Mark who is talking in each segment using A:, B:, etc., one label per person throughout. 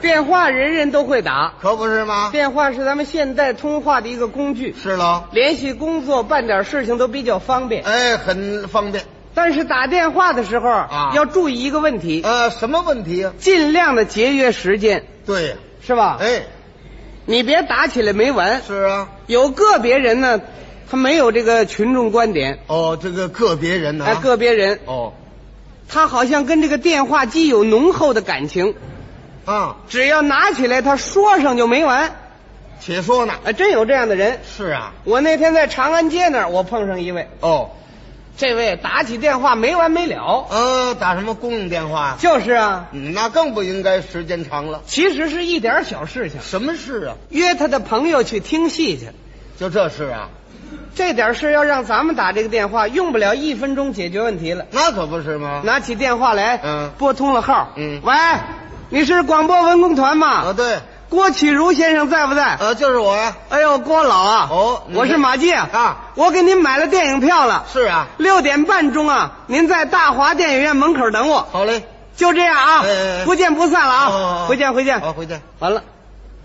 A: 电话人人都会打，
B: 可不是吗？
A: 电话是咱们现代通话的一个工具，
B: 是喽，
A: 联系工作、办点事情都比较方便。
B: 哎，很方便。
A: 但是打电话的时候啊要注意一个问题，
B: 呃，什么问题呀、
A: 尽量的节约时间，
B: 对呀，
A: 是吧？
B: 哎，
A: 你别打起来没完。
B: 是啊，
A: 有个别人呢，他没有这个群众观点，
B: 哦，这个个别人呢、
A: 哎，个别人
B: 哦，
A: 他好像跟这个电话机有浓厚的感情，
B: 啊，
A: 只要拿起来他说上就没完。
B: 且说呢，
A: 哎，真有这样的人。
B: 是啊，
A: 我那天在长安街那儿，我碰上一位，
B: 哦，
A: 这位打起电话没完没了，
B: 呃，打什么公用电话呀、
A: 就是啊，
B: 嗯那更不应该，时间长了。
A: 其实是一点小事情，
B: 什么事啊？
A: 约他的朋友去听戏去，
B: 就这事啊？
A: 这点事要让咱们打这个电话，用不了一分钟解决问题了。
B: 那可不是吗？
A: 拿起电话来，
B: 嗯
A: 拨通了号，
B: 嗯
A: 喂，你是广播文工团吗？
B: 啊，对，
A: 郭启儒先生在不在？
B: 呃，就是我呀、
A: 哎呦，郭老啊，
B: 哦你
A: 我是马季
B: 啊，
A: 我给您买了电影票了，
B: 是啊，
A: 六点半钟啊，您在大华电影院门口等我，
B: 好嘞，
A: 就这样啊，
B: 哎哎哎
A: 不见不散了啊，
B: 哦哦哦
A: 回见回见，
B: 好，回见。
A: 完了，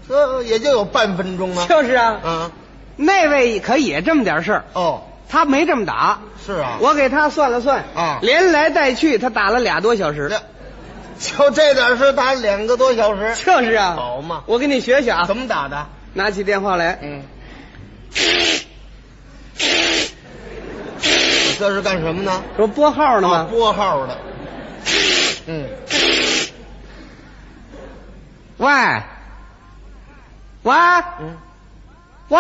B: 这也就有半分钟啊。
A: 就是啊，
B: 啊，
A: 那位可也这么点事儿，
B: 哦，
A: 他没这么打，
B: 是啊，
A: 我给他算了算
B: 啊
A: 连来带去他打了俩多小时，
B: 这就这点事打两个多小时，
A: 就是啊，
B: 好嘛？
A: 我给你学学啊，
B: 哦怎么打的？
A: 拿起电话来，
B: 嗯，这是干什么呢？
A: 说拨号呢
B: 啊
A: 吗？
B: 拨号的。嗯，
A: 喂，喂，
B: 嗯，
A: 喂，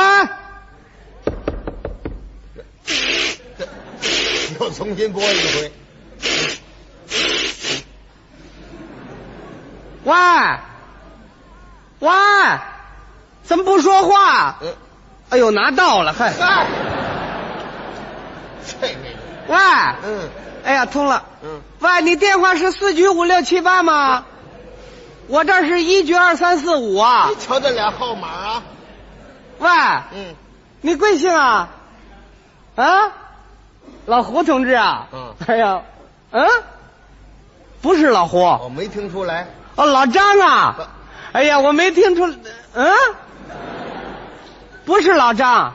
B: 又重新拨一回。
A: 喂，喂，怎么不说话？
B: 嗯，
A: 哎呦，拿到了，嗨，
B: 嗨，这个，
A: 喂，
B: 嗯
A: 哎呀，通了。
B: 嗯，
A: 喂，你电话是四局五六七八吗？我这儿是一局二三四五啊
B: 你。瞧这俩号码啊，
A: 喂，
B: 嗯，
A: 你贵姓啊？啊，老胡同志啊。
B: 嗯
A: 哎呀，嗯，不是老胡，
B: 我没听出来。
A: 哦，老张啊
B: 不。
A: 哎呀，我没听出，嗯，不是老张，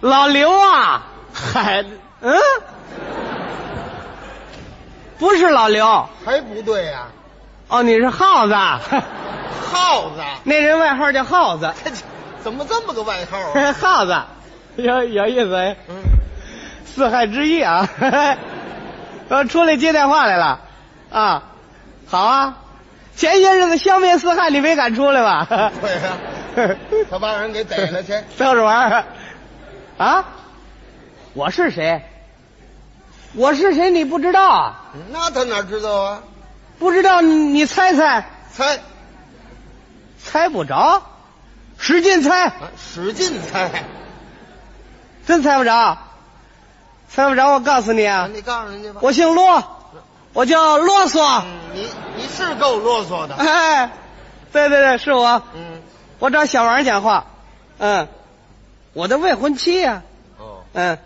A: 老刘啊。嗨，嗯，不是老刘。
B: 还不对啊呀、
A: 哦，你是耗子啊，
B: 耗子，啊
A: 那人外号叫耗子，
B: 这这怎么这么个外号 啊？
A: 耗子，有有意思哎，
B: 嗯，
A: 四害之一啊。 呃，出来接电话来了，啊，好啊，前些日子消灭四害，你没敢出来吧？
B: 对呀、他把人给逮了去。
A: 逗着玩儿，啊，我是谁？我是谁？你不知道啊？
B: 那他哪知道啊？
A: 不知道你你猜猜，
B: 猜，
A: 猜不着，使劲猜。
B: 啊，使劲猜。
A: 真猜不着，猜不着。我告诉你
B: 啊，
A: 啊，
B: 你告诉人家吧。
A: 我姓骆，我叫啰嗦。
B: 嗯，你你是够啰嗦的。
A: 哎，对对对，是我，
B: 嗯，
A: 我找小王讲话。嗯，我的未婚妻呀、
B: 哦，
A: 嗯，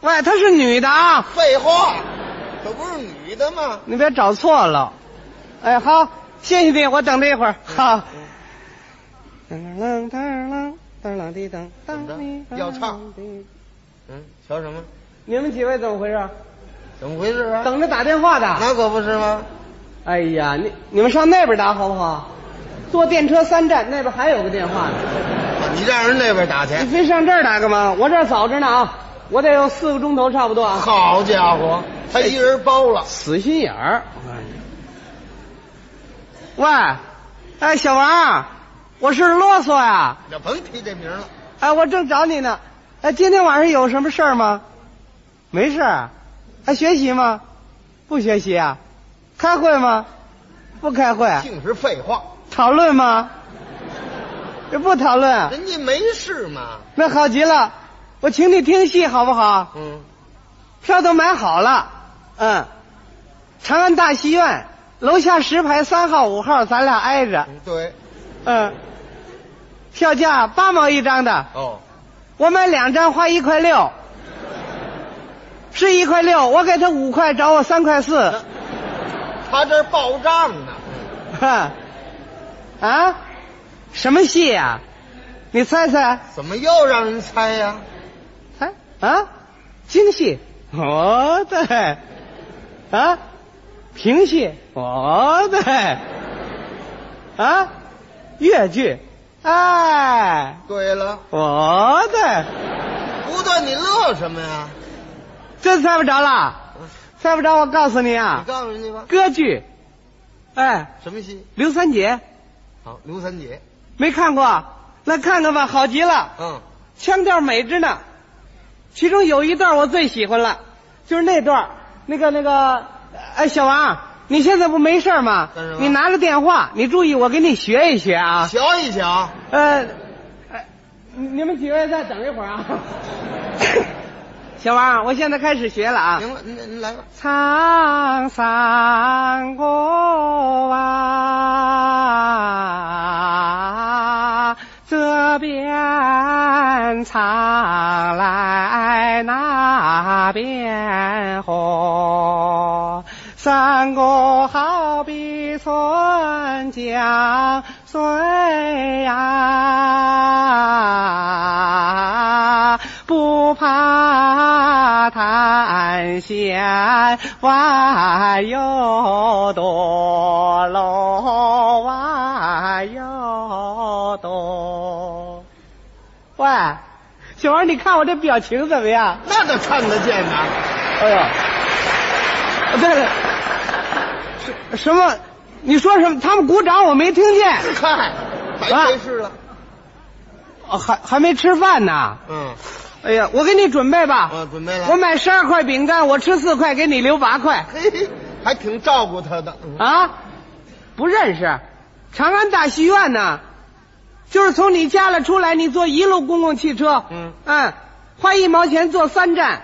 A: 喂，她是女的啊，
B: 废话，可不是女的吗？
A: 你别找错了。哎，好，谢谢你，我等这一会儿。
B: 啊
A: 好。
B: 嗯
A: 噔噔噔噔噔噔滴噔
B: 怎么嗯着要唱？嗯，瞧什么？
A: 你们几位怎么回事？啊
B: 怎么回事啊？
A: 等着打电话的。
B: 那可不是吗？
A: 哎呀，你你们上那边打好不好？坐电车三站，那边还有个电话呢。
B: 啊你让人那边打去
A: 你。非上这儿打干嘛？我这儿早着呢啊，我得有四个钟头差不多啊。
B: 好家伙，他一人包了。
A: 死心眼儿，我告诉你。喂，哎，小王，我是啰嗦呀、
B: 就甭提这名了。
A: 哎，我正找你呢。哎，今天晚上有什么事儿吗？没事儿。哎，学习吗？不学习啊。开会吗？不开会。啊
B: 净是废话。
A: 讨论吗？这不讨论，啊
B: 人家没事嘛。
A: 那好极了，我请你听戏好不好？
B: 嗯，
A: 票都买好了，嗯，长安大戏院楼下十排三号五号，咱俩挨
B: 啊
A: 着，
B: 对。
A: 嗯，票价八毛一张的，
B: 哦，
A: 我买两张花一块六，是一块六，我给他五块，找我三块四，
B: 他这儿报账呢。
A: 哼，嗯啊，什么戏呀、你猜猜，
B: 怎么又让人猜呀、
A: 猜啊，京戏，哦对，啊，评戏，哦对，啊，越剧，哎，
B: 对了，
A: 哦对，
B: 不对，你乐什么呀？
A: 真猜不着了，猜不着，我告诉你
B: 你
A: 啊，
B: 告诉人家吧，
A: 歌剧，哎，
B: 什么戏？
A: 刘三姐
B: 好，刘三姐。
A: 没看过，来看看吧，好极了。
B: 嗯，
A: 腔调美着呢。其中有一段我最喜欢了，就是那段儿那个那个，哎，小王，你现在不没事儿吗
B: 干什么？
A: 你拿着电话，你注意，我给你学一学啊。
B: 瞧一瞧，
A: 呃，哎你你们几位再等一会儿啊。小王，我现在开始学了啊。
B: 行了，您您来吧。
A: 唱山歌啊，这边唱来那边和。山歌好比春江水呀、不怕滩险弯又多，路弯又多。喂，小王，你看我这表情怎么样？
B: 那倒看得见呐。
A: 哎呀，对了，什什么？你说什么？他们鼓掌，我没听见。
B: 嗨，
A: 啊
B: 白费事了。
A: 哦，还还没吃饭呢。
B: 嗯，
A: 哎呀，我给你准备吧。
B: 我准备了。
A: 啊我买十二块饼干，我吃四块，给你留八块。
B: 嘿嘿，还挺照顾他的。嗯
A: 啊，不认识，长安大戏院呢，就是从你家里出来，你坐一路公共汽车，
B: 嗯
A: 嗯，花一毛钱坐三站，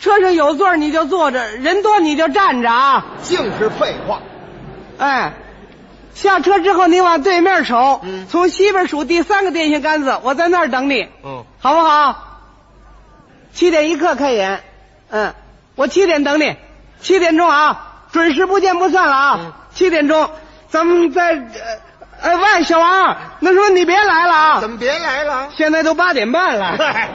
A: 车上有座儿你就坐着，人多你就站着啊。
B: 净是废话。
A: 哎，下车之后你往对面瞅，
B: 嗯
A: 从西边数第三个电线杆子，我在那儿等你，
B: 嗯，
A: 好不好？七点一刻开演，嗯，我七点等你，七点钟啊，准时不见不散了啊！
B: 嗯
A: 七点钟，咱们在，呃哎喂，小王，那什么你别来了啊！
B: 嗯 怎么别来了？
A: 现在都八点半了，
B: 嗨，